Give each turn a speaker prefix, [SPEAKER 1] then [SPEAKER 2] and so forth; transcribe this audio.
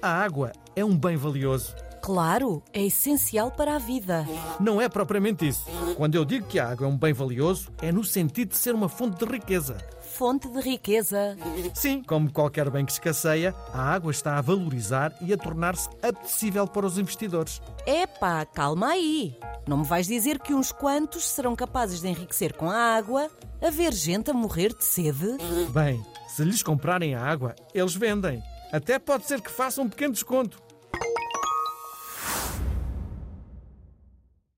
[SPEAKER 1] A água é um bem valioso.
[SPEAKER 2] Claro, é essencial para a vida.
[SPEAKER 1] Não é propriamente isso. Quando eu digo que a água é um bem valioso, é no sentido de ser uma fonte de riqueza.
[SPEAKER 2] Fonte de riqueza.
[SPEAKER 1] Sim, como qualquer bem que escasseia, a água está a valorizar e a tornar-se apetecível para os investidores.
[SPEAKER 2] Epá, calma aí. Não me vais dizer que uns quantos serão capazes de enriquecer com a água, haver gente a morrer de sede?
[SPEAKER 1] Bem, se lhes comprarem a água, eles vendem. Até pode ser que façam um pequeno desconto.